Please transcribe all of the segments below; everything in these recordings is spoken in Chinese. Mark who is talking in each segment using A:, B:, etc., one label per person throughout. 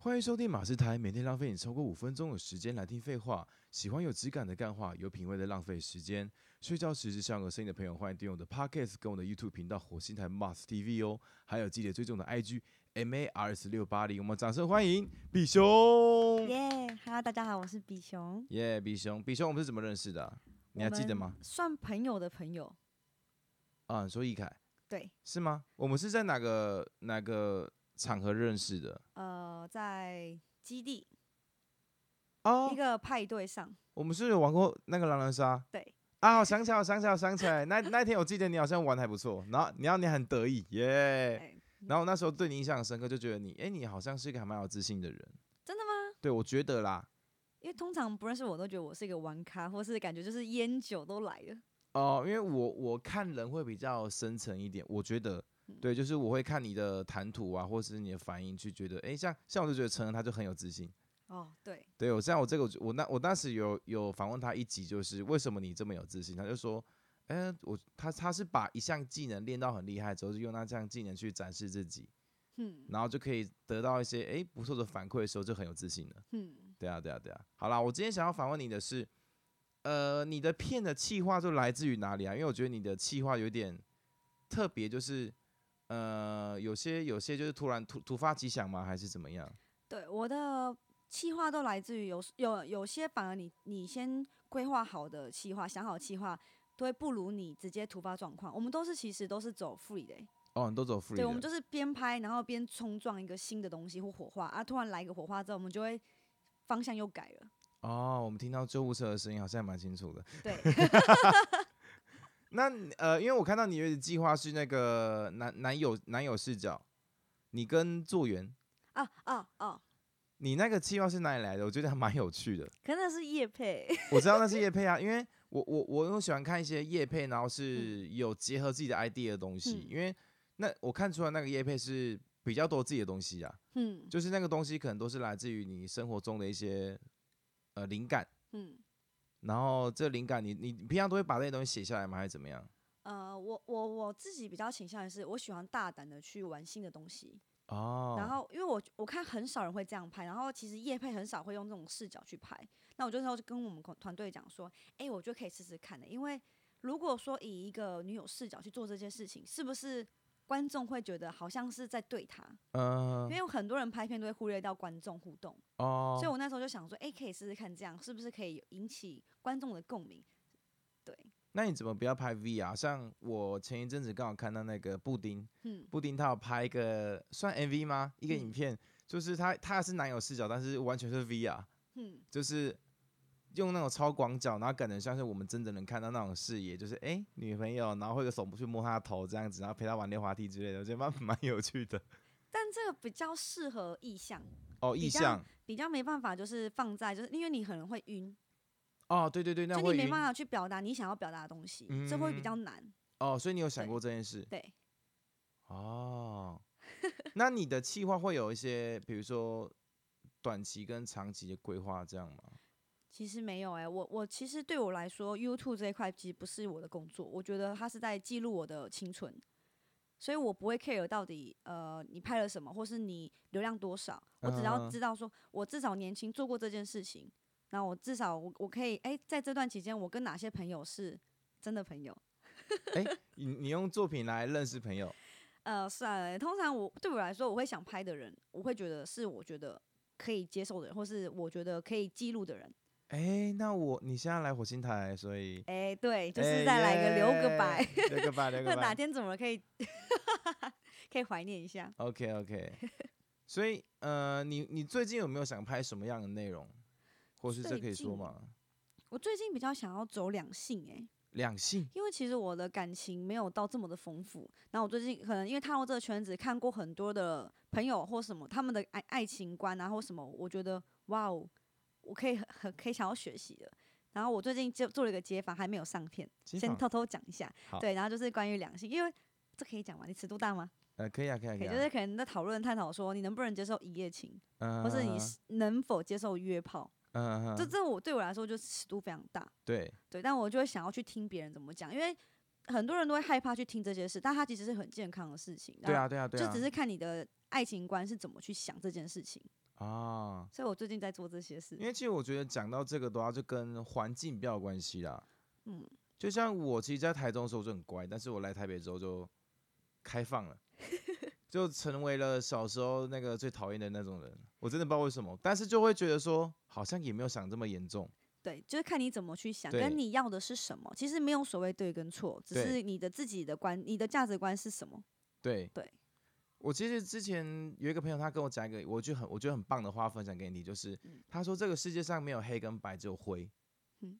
A: 欢迎收听马斯台，每天浪费你超过五分钟的时间来听废话。喜欢有质感的干话，有品味的浪费时间。睡觉时只想有声音的朋友，欢迎订阅我的 Podcast 跟我的 YouTube 频道火星台 Mars TV 哦。还有记得追踪我的 IG MARS 六八零。我们掌声欢迎比熊。嗯
B: 耶哈喽，大家好，我是比熊，
A: 耶、比熊，比熊，我们是怎么认识的啊、你还记得吗？？
B: 算朋友的朋友，
A: 啊，你说易凯
B: 对，
A: 是吗？我们是在哪个哪个场合认识的？
B: 呃，在基地、
A: 哦
B: 一，个派对上，
A: 我们是有玩过那个狼人杀。
B: 对。
A: 啊，我想起来，我想起来，我想起来，那那天我记得你好像玩得还不错，然后然后你很得意耶
B: 哎
A: 然后我那时候对你印象很深刻，就觉得你，哎、你好像是一个还蛮有自信的人，
B: 真的吗？
A: 对我觉得啦，
B: 因为通常不认识我都觉得我是一个玩咖，或是感觉就是烟酒都来了。
A: 哦、因为我我看人会比较深层一点，我觉得，对，就是我会看你的谈吐啊，或是你的反应，去觉得，哎、像像我就觉得陈恩他就很有自信，
B: 哦，对，
A: 对我像我这个我就我那我当时有有访问他一集，就是为什么你这么有自信，他就说，哎、我他他是把一项技能练到很厉害之后，就用那项技能去展示自己，
B: 嗯
A: 然后就可以得到一些哎不错的反馈的时候，就很有自信了。
B: 嗯，
A: 对啊，对啊，对啊。好啦，我今天想要反问你的是，呃，你的片的企划就来自于哪里啊？因为我觉得你的企划有点特别，就是呃，有些有些就是突然突突发奇想吗？还是怎么样？
B: 对，我的计划都来自于有有有些反而你你先规划好的计划，想好计划。都会不如你直接突发状况，我们都是其实都是走 free 的欸、
A: 哦，你都走 free
B: 对，我们
A: 的
B: 就是边拍，然后边冲撞一个新的东西或火花啊，突然来一个火花之后，我们就会方向又改了。
A: 哦，我们听到救护车的声音好像还蛮清楚的。
B: 对，
A: 那你呃，因为我看到你的计划是那个男男友男友视角，你跟作员，
B: 啊啊啊，
A: 你那个计划是哪里来的？我觉得还蛮有趣的。
B: 可能是叶配，
A: 我知道那是叶配啊，因为我我我因为我喜欢看一些叶配，然后是有结合自己的 idea 的东西，
B: 嗯
A: 因为那我看出来那个叶配是比较多自己的东西啊，
B: 嗯
A: 就是那个东西可能都是来自于你生活中的一些呃灵感，
B: 嗯
A: 然后这灵感你你你平常都会把那些东西写下来吗？还是怎么样？
B: 呃，我我我自己比较倾向于是，我喜欢大胆的去玩新的东西，
A: 哦，
B: 然后因为我我看很少人会这样拍，然后其实叶配很少会用这种视角去拍，那我就那时候就跟我们团团队讲说，哎、我觉得可以试试看的、因为如果说以一个女友视角去做这件事情，是不是观众会觉得好像是在对她？
A: 嗯、
B: 因为很多人拍片都会忽略到观众互动，
A: 哦
B: 所以，我那时候就想说，哎、可以试试看这样，是不是可以有引起观众的共鸣？对，
A: 那你怎么不要拍 V 啊？像我前一阵子刚好看到那个布丁，
B: 嗯
A: 布丁他有拍一个算 MV 吗？一个影
B: 嗯
A: 片，就是他他是男友视角，但是完全是 VR，
B: 嗯
A: 就是用那种超广角，然后感觉像是我们真的能看到那种视野，就是诶女朋友，然后会有手去摸她的头这样子，然后陪她玩溜滑梯之类的，我觉得蛮蛮有趣的。
B: 但这个比较适合意象，
A: 哦，
B: 比
A: 意
B: 较
A: 象，
B: 比较没办法就是放在就是因为你可能会晕，
A: 哦，对对对，那
B: 就
A: 会
B: 你
A: 晕嗯
B: 没办法去表达你想要表达的东西，这会比较难。
A: 哦，所以你有想
B: 对
A: 过这件事
B: 对，
A: 哦？那你的计划会有一些，比如说短期跟长期的规划这样吗？
B: 其实没有哎、我我其实对我来说，YouTube 这一块其实不是我的工作，我觉得它是在记录我的青春，所以我不会 care 到底呃你拍了什么，或是你流量多少，我只
A: 嗯
B: 要
A: 嗯嗯
B: 知道说我至少年轻做过这件事情，然后我至少我我可以哎、在这段期间我跟哪些朋友是真的朋友，
A: 哎、你你用作品来认识朋友，
B: 呃算了欸、通常我对我来说我会想拍的人，我会觉得是我觉得可以接受的人，或是我觉得可以记录的人，
A: 哎、那我你现在来火星台，所以
B: 哎、对，就
A: 哎
B: 是再来一个留个
A: 耶
B: 白。
A: 留个白，留
B: 那
A: 个
B: 哪
A: 白。
B: 天怎么了可以可以怀念一下？
A: OK OK，所以呃，你你最近有没有想拍什么样的内容，或是这
B: 最
A: 可以说
B: 近
A: 吗？
B: 我最近比较想要走两性哎、
A: 两性
B: 因为其实我的感情没有到这么的丰富。然后我最近可能因为踏入这个圈子，看过很多的朋友或什么他们的爱爱情观啊或什么，我觉得哇哦，我可以很很可以想要学习的。然后我最近就做了一个街访，还没有上片，
A: 街
B: 先
A: 访
B: 偷偷讲一下
A: 好。
B: 对，然后就是关于两性，因为这可以讲吗？你尺度大吗？
A: 呃，可以啊，可以啊，
B: 可
A: 可
B: 以，
A: 以
B: 就
A: 啊，
B: 是可能在讨论探讨说你能不能接受一夜情，
A: 嗯
B: 或是你是能否接受约炮。
A: 嗯嗯
B: 这
A: 嗯，
B: 这我对我来说就尺度非常大，
A: 对，
B: 对，但我就会想要去听别人怎么讲，因为很多人都会害怕去听这些事，但它其实是很健康的事情。
A: 对，啊，对啊，对
B: 就
A: 啊
B: 只，是看你的爱情观是怎么去想这件事情。
A: 啊。
B: 所以我最近在做这些事
A: 因。为其实我觉得讲到这个的话，就跟环境比较有关系啦。
B: 嗯，
A: 就像我其实，在台中的时候就很乖，但是我来台北之后就开放了，就成为了小时候那个最讨厌的那种人。我真的不知道为什么，但是就会觉得说，好像也没有想这么严重。
B: 对，就是看你怎么去想，
A: 对
B: 跟你要的是什么。其实没有所谓对跟错，只
A: 对
B: 是你的自己的观、你的价值观是什么。
A: 对
B: 对，
A: 我其实之前有一个朋友，他跟我讲一个我觉得很我觉得很棒的话，分享给你，就是
B: 嗯
A: 他说这个世界上没有黑跟白，只有灰。
B: 嗯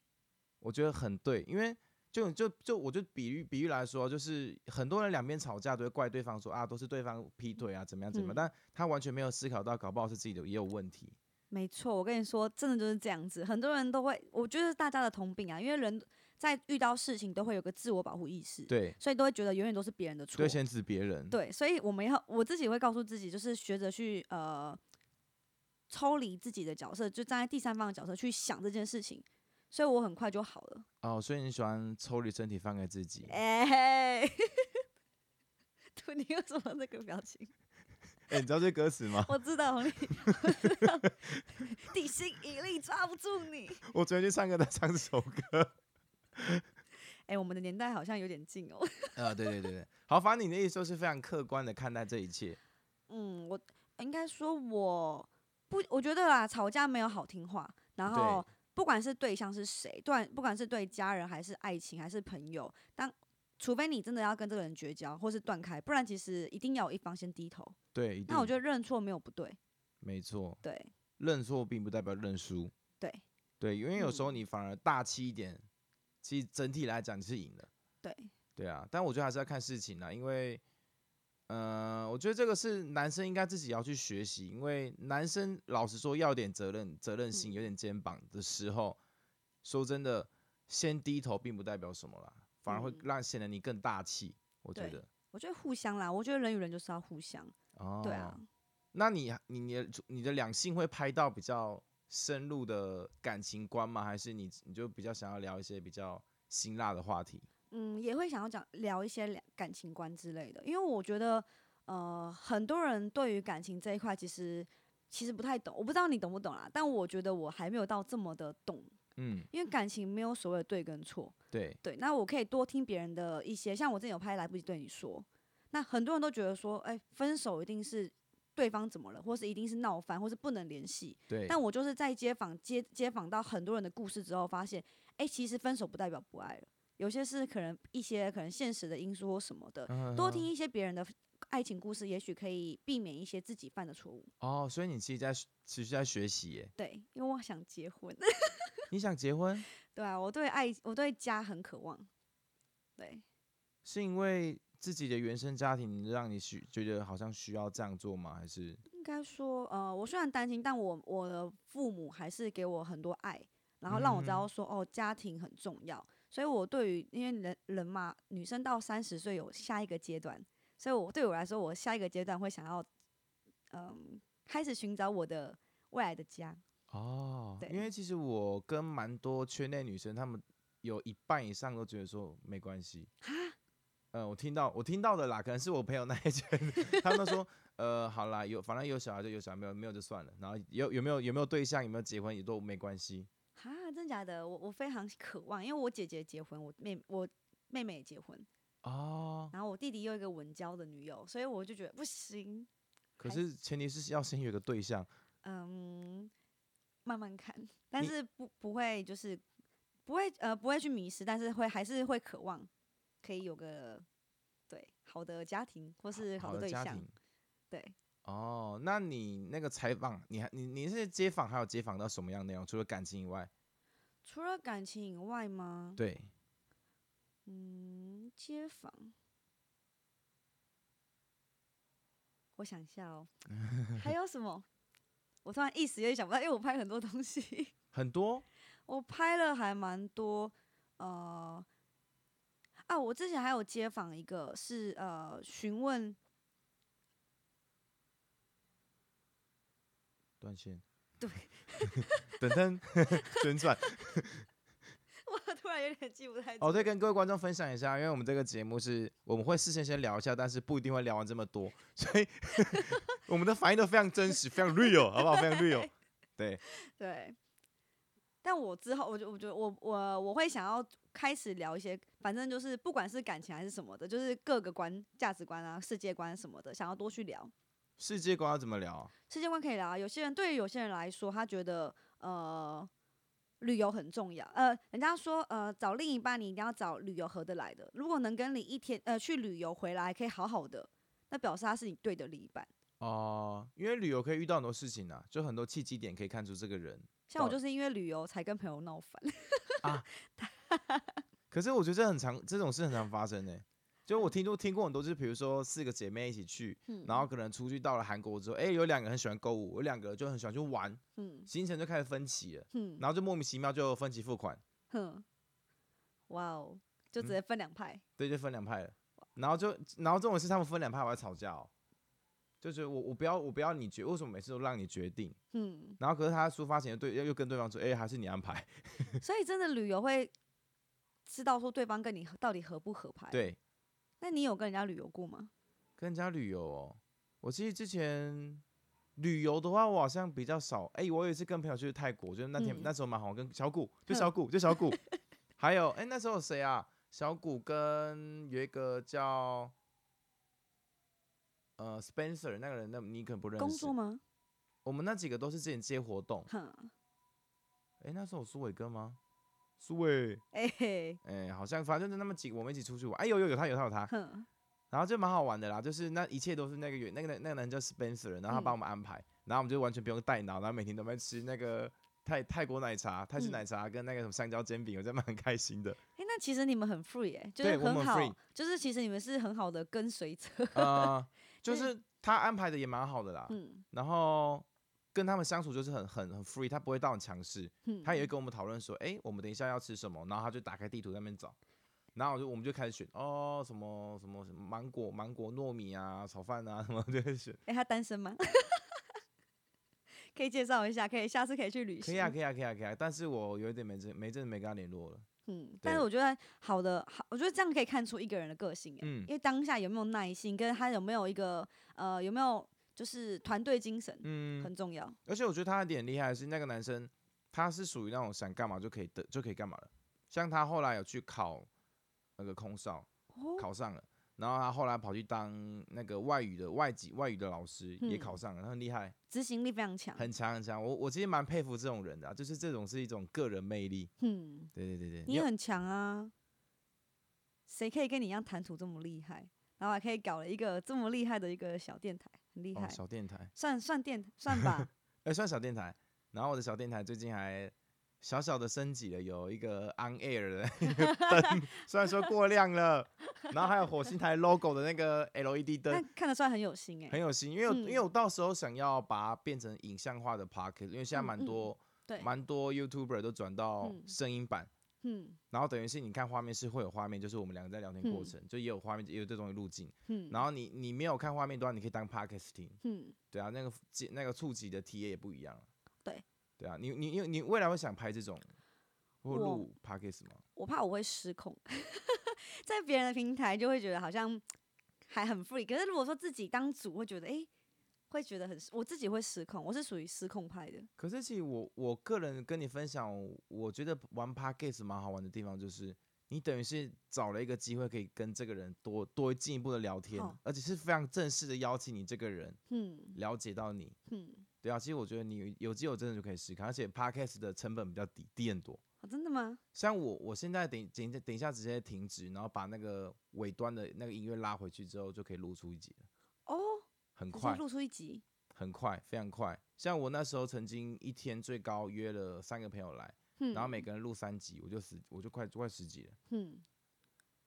A: 我觉得很对，因为就就就我就比喻比喻来说，就是很多人两边吵架都会怪对方说啊，都是对方劈腿啊，怎么样怎么样，
B: 嗯
A: 但他完全没有思考到，搞不好是自己的也有问题。
B: 没错，我跟你说，真的就是这样子。很多人都会，我觉得是大家的通病啊，因为人在遇到事情都会有个自我保护意识，
A: 对，
B: 所以都会觉得永远都是别人的错
A: 对，。先指别人。
B: 对，所以我们要我自己会告诉自己，就是学着去呃抽离自己的角色，就站在第三方的角色去想这件事情，所以我很快就好了。
A: 哦，所以你喜欢抽离身体放给自己，
B: 哎、嘿， 对，你为什么那个表情？
A: 哎，你知道这歌词吗？
B: 我知道你， 我知道地心引力抓不住你。
A: 我昨天去唱歌，他唱这首歌。
B: 哎、我们的年代好像有点近哦。
A: 啊，对对对对，好，反正你的意思就是非常客观的看待这一切。
B: 嗯，我应该说我不，我觉得啦，吵架没有好听话，然
A: 对
B: 后不管是对象是谁，对，不管是对家人还是爱情还是朋友，当除非你真的要跟这个人绝交或是断开，不然其实一定要有一方先低头。
A: 对，一定
B: 那我觉得认错没有不对，
A: 没错，
B: 对
A: 认错并不代表认输。
B: 对
A: 对，因为有时候
B: 嗯
A: 你反而大气一点，其实整体来讲你是赢的。
B: 对，
A: 对啊，但我觉得还是要看事情啦，因为，呃，我觉得这个是男生应该自己要去学习，因为男生老实说要有点责任、责任
B: 嗯
A: 心、有点肩膀的时候，说真的，先低头并不代表什么啦，反而会
B: 嗯
A: 让显得你更大气。我觉
B: 对
A: 得，
B: 我觉得互相啦，我觉得人与人就是要互相，
A: 哦，
B: 对啊，
A: 那你你你的你的两性会拍到比较深入的感情观吗？还是你你就比较想要聊一些比较辛辣的话题？
B: 嗯，也会想要讲聊一些两感情观之类的，因为我觉得，呃，很多人对于感情这一块其实其实不太懂，我不知道你懂不懂啦，但我觉得我还没有到这么的懂，
A: 嗯，
B: 因为感情没有所谓的对跟错，
A: 对，
B: 对，那我可以多听别人的一些，像我之前有拍《来不及对你说》，那很多人都觉得说，哎、分手一定是对方怎么了，或是一定是闹翻，或是不能联系，
A: 对，
B: 但我就是在街访街街访到很多人的故事之后，发现，哎、其实分手不代表不爱了，有些是可能一些可能现实的因素或什么的，
A: 嗯
B: 多听一些别人的爱情故事，也许可以避免一些自己犯的错误。
A: 哦，所以你其实在持续在学习耶。
B: 对，因为我想结婚，
A: 你想结婚
B: 对啊，我对爱，我对家很渴望，对，
A: 是因为自己的原生家庭让你需觉得好像需要这样做吗？还是
B: 应该说，呃，我虽然单亲，但我我的父母还是给我很多爱，然后让我知道说，哦，家庭很重要。所以我对于因为人人嘛，女生到三十岁有下一个阶段，所以我对我来说，我下一个阶段会想要，嗯，开始寻找我的未来的家。
A: 哦因
B: 对
A: 为其实我跟蛮多圈内女生，她们有一半以上都觉得说没关系。
B: 哈，
A: 呃，我听到我听到的啦，可能是我朋友那一圈，他们都说，呃，好啦，有反正有小孩就有小孩，没有没有就算了。然后有有没有有没有对象，有没有结婚也都没关系。
B: 哈，真假的？我我非常渴望，因为我姐姐结婚，我妹我妹妹也结婚，
A: 哦，
B: 然后我弟弟又有一个稳交的女友，所以我就觉得不行，
A: 可
B: 还
A: 是前提是要先有个对象。
B: 嗯，慢慢看，但
A: 你
B: 是不不会就是不会呃不会去迷失，但是会还是会渴望可以有个对好的家庭或是
A: 好
B: 的对
A: 家
B: 象
A: 庭。。
B: 对，
A: 哦，那你那个采访，你还你你是街访，还有街访到什么样的内容？除了感情以外，
B: 除了感情以外吗？
A: 对，
B: 嗯，街访，我想一 下哦，还有什么？我突然一时也想不到，因为我拍很多东西。
A: 很多
B: 我拍了还蛮多，呃，啊，我之前还有街访一个是呃询问，
A: 断 线。
B: 对，
A: 等等，旋转。
B: 我突突然有点记不太
A: 哦，对，
B: 住
A: 跟各位观众分享一下，因为我们这个节目是我们会事先先聊一下，但是不一定会聊完这么多，所以我们的反应都非常真实，非常 real，好不好？非常 real。对，
B: 对。但我之后，我就我觉得我我我会想要开始聊一些，反正就是不管是感情还是什么的，就是各个观价值观啊、世界观什么的，想要多去聊。
A: 世界观要怎么聊啊？
B: 世界观可以聊啊，有些人对于有些人来说，他觉得呃旅游很重要。呃，人家说呃找另一半你一定要找旅游合得来的，如果能跟你一天呃去旅游回来可以好好的，那表示他是你对的另一半。
A: 哦、因为旅游可以遇到很多事情啊，就很多契机点可以看出这个人。
B: 像我
A: 到
B: 就是因为旅游才跟朋友闹翻，
A: 可是我觉得这很常，这种事很常发生呢、就我听都听过很多，就是比如说四个姐妹一起去，
B: 嗯
A: 然后可能出去到了韩国之后，哎、有两个很喜欢购物，有两个就很喜欢去玩，
B: 嗯
A: 行程就开始分歧了，
B: 哼
A: 然后就莫名其妙就分期付款，
B: 哼，哇哦，就
A: 嗯
B: 直接分两派。
A: 对，就分两派了。然后就，然后这种事他们分两派还会吵架哦，就是我我不要我不要你决，为什么每次都让你决定？
B: 嗯，
A: 然后可是他出发前就对又又跟对方说，哎、还是你安排。
B: 所以真的旅游会知道说对方跟你到底合不合拍。，
A: 对，
B: 那你有跟人家旅游过吗？
A: 跟人家旅游哦，我其实之前旅游的话，我好像比较少。哎、我有一次跟朋友去泰国，就是那天、
B: 嗯
A: 那时候蛮好，跟小谷，就
B: 哼
A: 小谷，就小谷，还有哎、那时候有谁啊？小谷跟有一个叫呃 Spencer 那个人，那你可能不认识。
B: 工作吗？
A: 我们那几个都是之前接活动。
B: 哼，
A: 哎、那时候有苏伟哥吗？苏伟，
B: 哎、嘿，
A: 哎、好像反正就那么几个，我们一起出去玩。哎、有有有他有他有他，
B: 哼。
A: 然后就蛮好玩的啦。就是那一切都是那个原那个那那个人叫 Spencer，然后他帮我
B: 嗯
A: 们安排，然后我们就完全不用带脑，然后每天都在吃那个泰泰国奶茶、泰式
B: 嗯
A: 奶茶跟那个什么香蕉煎饼，我真的蛮开心 的。
B: 哎、那其实你们很 free 哎、就
A: 对
B: 是
A: 我们很
B: 很好
A: free，
B: 就是其实你们是很好的跟 随者。
A: 呃，就
B: 对
A: 是他安排的也蛮好的啦。
B: 嗯
A: 然后跟他们相处就是很很很 free，他不会到很强势。
B: 嗯，
A: 他也会跟我们讨论说，哎、我们等一下要吃什么，然后他就打开地图在那边找，然后我就我们就开始选，哦，什么什么什么芒果芒果糯米啊，炒饭啊什么就会选，
B: 哎、他单身吗？ 可以介绍一下，可以下次可以去旅
A: 可
B: 行。
A: 以啊可以啊可以啊可以啊，但是我有一点没阵没阵子没跟他联络了，
B: 嗯，但是
A: 对
B: 我觉得好的，好，我觉得这样可以看出一个人的个性哎、
A: 嗯
B: 因为当下有没有耐心，跟他有没有一个呃有没有就是团队精神、
A: 嗯，
B: 很重要。
A: 而且我觉得他一点厉害的是那个男生，他是属于那种想干嘛就可以的就可以干嘛了，像他后来有去考那个空少，
B: 哦，
A: 考上了。然后他后来跑去当那个外语的外籍外语的老师，也
B: 嗯
A: 考上了，他很厉害。
B: 执行力非常强。
A: 很强很强，我我其实蛮佩服这种人的啊、就是这种是一种个人魅力。
B: 嗯，
A: 对对对对，哦
B: 你也
A: 有
B: 很强啊，谁可以跟你一样谈吐这么厉害，然后还可以搞了一个这么厉害的一个小电台，很厉害。
A: 哦小电台，哎、
B: 算算电算 吧，
A: 算小电台。然后我的小电台最近还小小的升级了，有一个 on air 的一个灯，虽然说过亮了，然后还有火星台 logo 的那个 LED
B: 但
A: 灯。
B: 看得出来很有心哎、
A: 很有心，因为我、因为
B: 嗯
A: 我到时候想要把它变成影像化的 p o c k e t 因为现在
B: 嗯
A: 蛮
B: 嗯
A: 多
B: 对，
A: 蛮、多 YouTuber 都转到
B: 嗯
A: 声音版，
B: 嗯
A: 然后等于是你看画面是会有画面，就是我们两个在聊天过
B: 嗯
A: 程，就也有画面，也有这种路径。
B: 嗯，
A: 然后你你没有看画面的话，你可以当 podcast 听，
B: 嗯，
A: 对啊，那个接那个触及的体验也不一样了
B: 对，
A: 对啊，你你你你未来会想拍这种或
B: 我
A: 录 podcast 吗？
B: 我怕我会失控， 在别人的平台就会觉得好像还很 free，可是如果说自己当主，会觉得哎、诶会觉得很失我自己会失控，我是属于失控派的。
A: 可是其实我我个人跟你分享，我觉得玩 podcast 蛮好玩的地方就是。你等于是找了一个机会，可以跟这个人多多进一步的聊天
B: 好，
A: 而且是非常正式的邀请你这个人，
B: 嗯
A: 了解到你。
B: 嗯、
A: 对啊，其实我觉得你有机会真的就可以试看，而且 podcast 的成本比较低低很多。
B: 哦，真的吗？
A: 像我，我现在等等等一下直接停止，然后把那个尾端的那个音乐拉回去之后，就可以录出一集了，
B: 哦，
A: 很
B: 直接
A: 快，
B: 录出一集，
A: 很快，非常快。像我那时候曾经一天最高约了三个朋友来，
B: 嗯，
A: 然后每个人录三集，我就十，我就快快十集了，
B: 嗯，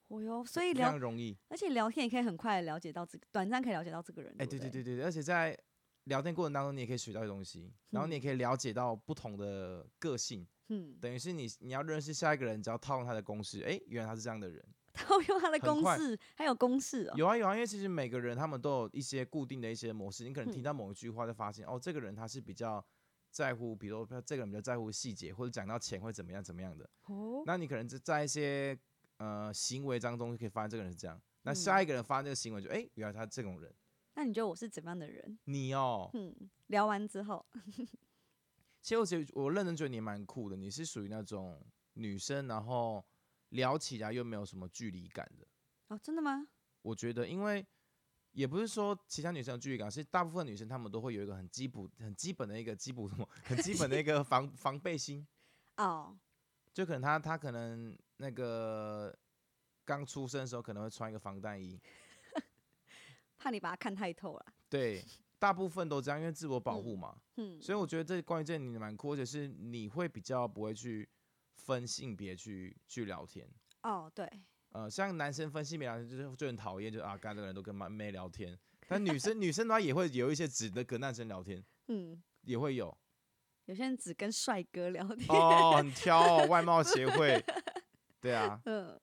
B: 哦哟，所以
A: 非
B: 聊
A: 常，容易。
B: 而且聊天也可以很快地了解到这个，短暂可以了解到这个人。
A: 哎，
B: 对
A: 对
B: 不
A: 对对对，而且在聊天过程当中，你也可以学到东西，然后你也可以了解到不同的个性，
B: 嗯，
A: 等于是你你要认识下一个人，只要套用他的公式，哎，原来他是这样的人。
B: 套用他的
A: 很
B: 公
A: 快
B: 式，还有公式哦。
A: 有啊有啊，因为其实每个人他们都有一些固定的一些模式，你可能听
B: 嗯
A: 到某一句话，就发现、哦，这个人他是比较在乎，比如说这个人比较在乎细节，或者讲到钱会怎么样怎么样的。
B: 哦，
A: 那你可能在在一些呃行为当中就可以发现这个人是这样。那
B: 嗯
A: 下一个人发现这个行为就，哎，原来他这种人。
B: 那你觉得我是怎么样的人？
A: 你哦，
B: 嗯，聊完之后，
A: 其实我觉得我认真觉得你蛮酷的，你是属于那种女生，然后聊起来又没有什么距离感的。
B: 哦，真的吗？
A: 我觉得，因为也不是说其他女生有距离感，是大部分女生她们都会有一个很基本、很基本的一个基本什么、很基本的一个防防备心。
B: 哦，
A: 就可能她她可能那个刚出生的时候可能会穿一个防弹衣，
B: 怕你把他看太透了。
A: 对，大部分都这样，因为自我保护嘛。
B: 嗯，
A: 所以我觉得这关于这点你蛮酷，而且是你会比较不会去分性别去去聊天。
B: 哦，对，
A: 呃，像男生分性别聊天就是就很讨厌，就是啊，干这个人都跟妹妹聊天。但女生女生的话也会有一些只能跟男生聊天，
B: 嗯，
A: 也会有
B: 有些人只跟帅哥聊天。
A: 哦，很挑哦，外貌协 会。对啊，
B: 嗯，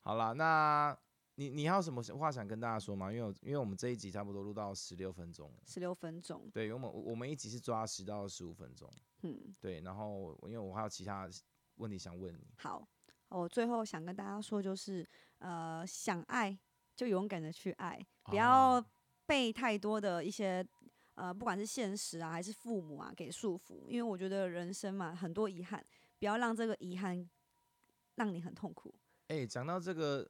A: 好啦，那你你还有什么话想跟大家说吗？因为我因为我们这一集差不多录到十六分钟了，
B: 十六分钟。
A: 对，因为我们我们一集是抓十到十五分钟，
B: 嗯，
A: 对，然后因为我还有其他问题想问你，
B: 好，我最后想跟大家说，就是呃，想爱就勇敢的去爱，不要
A: 哦
B: 被太多的一些呃，不管是现实啊还是父母啊给束缚，因为我觉得人生嘛很多遗憾，不要让这个遗憾让你很痛苦。
A: 哎、讲到这个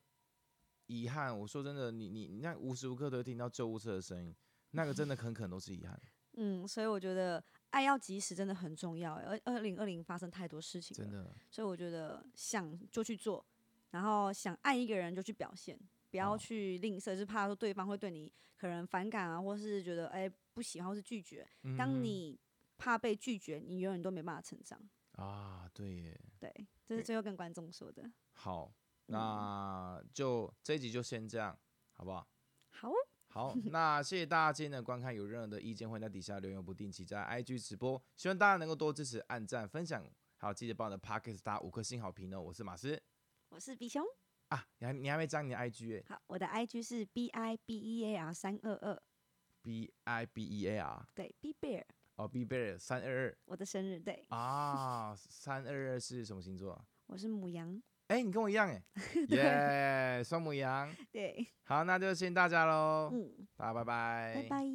A: 遗憾，我说真的，你你你那无时无刻都会听到救护车的声音，那个 真的很可能都是遗憾，
B: 嗯，所以我觉得爱要及时真的很重要欸。而二零二零发生太多事情
A: 真
B: 了，
A: 的。
B: 所以我觉得想就去做，然后想爱一个人就去表现，不要
A: 哦
B: 去吝啬，就是怕说对方会对你可能反感啊，或是觉得哎、不喜欢或是拒绝。当
A: 嗯
B: 你怕被拒绝，你永远都没办法成长。
A: 啊，对耶，
B: 对，这是最后跟观众说的。
A: 好，
B: 嗯
A: 那就这一集就先这样，好不好？
B: 好，哦
A: 好，那谢谢大家今天的观看，有任何的意见欢迎在底下留言，不定期在 IG 直播，希望大家能够多支持、按赞、分享，还有记得帮我的 Pocket 打五颗星好评哦。我是马斯
B: 我是比熊，
A: 啊，你还你还没讲你的 IG 耶
B: 好，我的 IG 是 B I B E A R 三二二，
A: b I B E A R
B: 对，B Bear，
A: 哦，B Bear 三二二。
B: 我的生日，对，
A: 啊，三二二是什么星座啊？
B: 我是母羊，
A: 哎、你跟我一样哎、耶，双母羊。
B: 对，
A: 好，
B: 哦
A: 那就谢谢大家喽，
B: 嗯，
A: 大家拜拜，
B: 拜拜。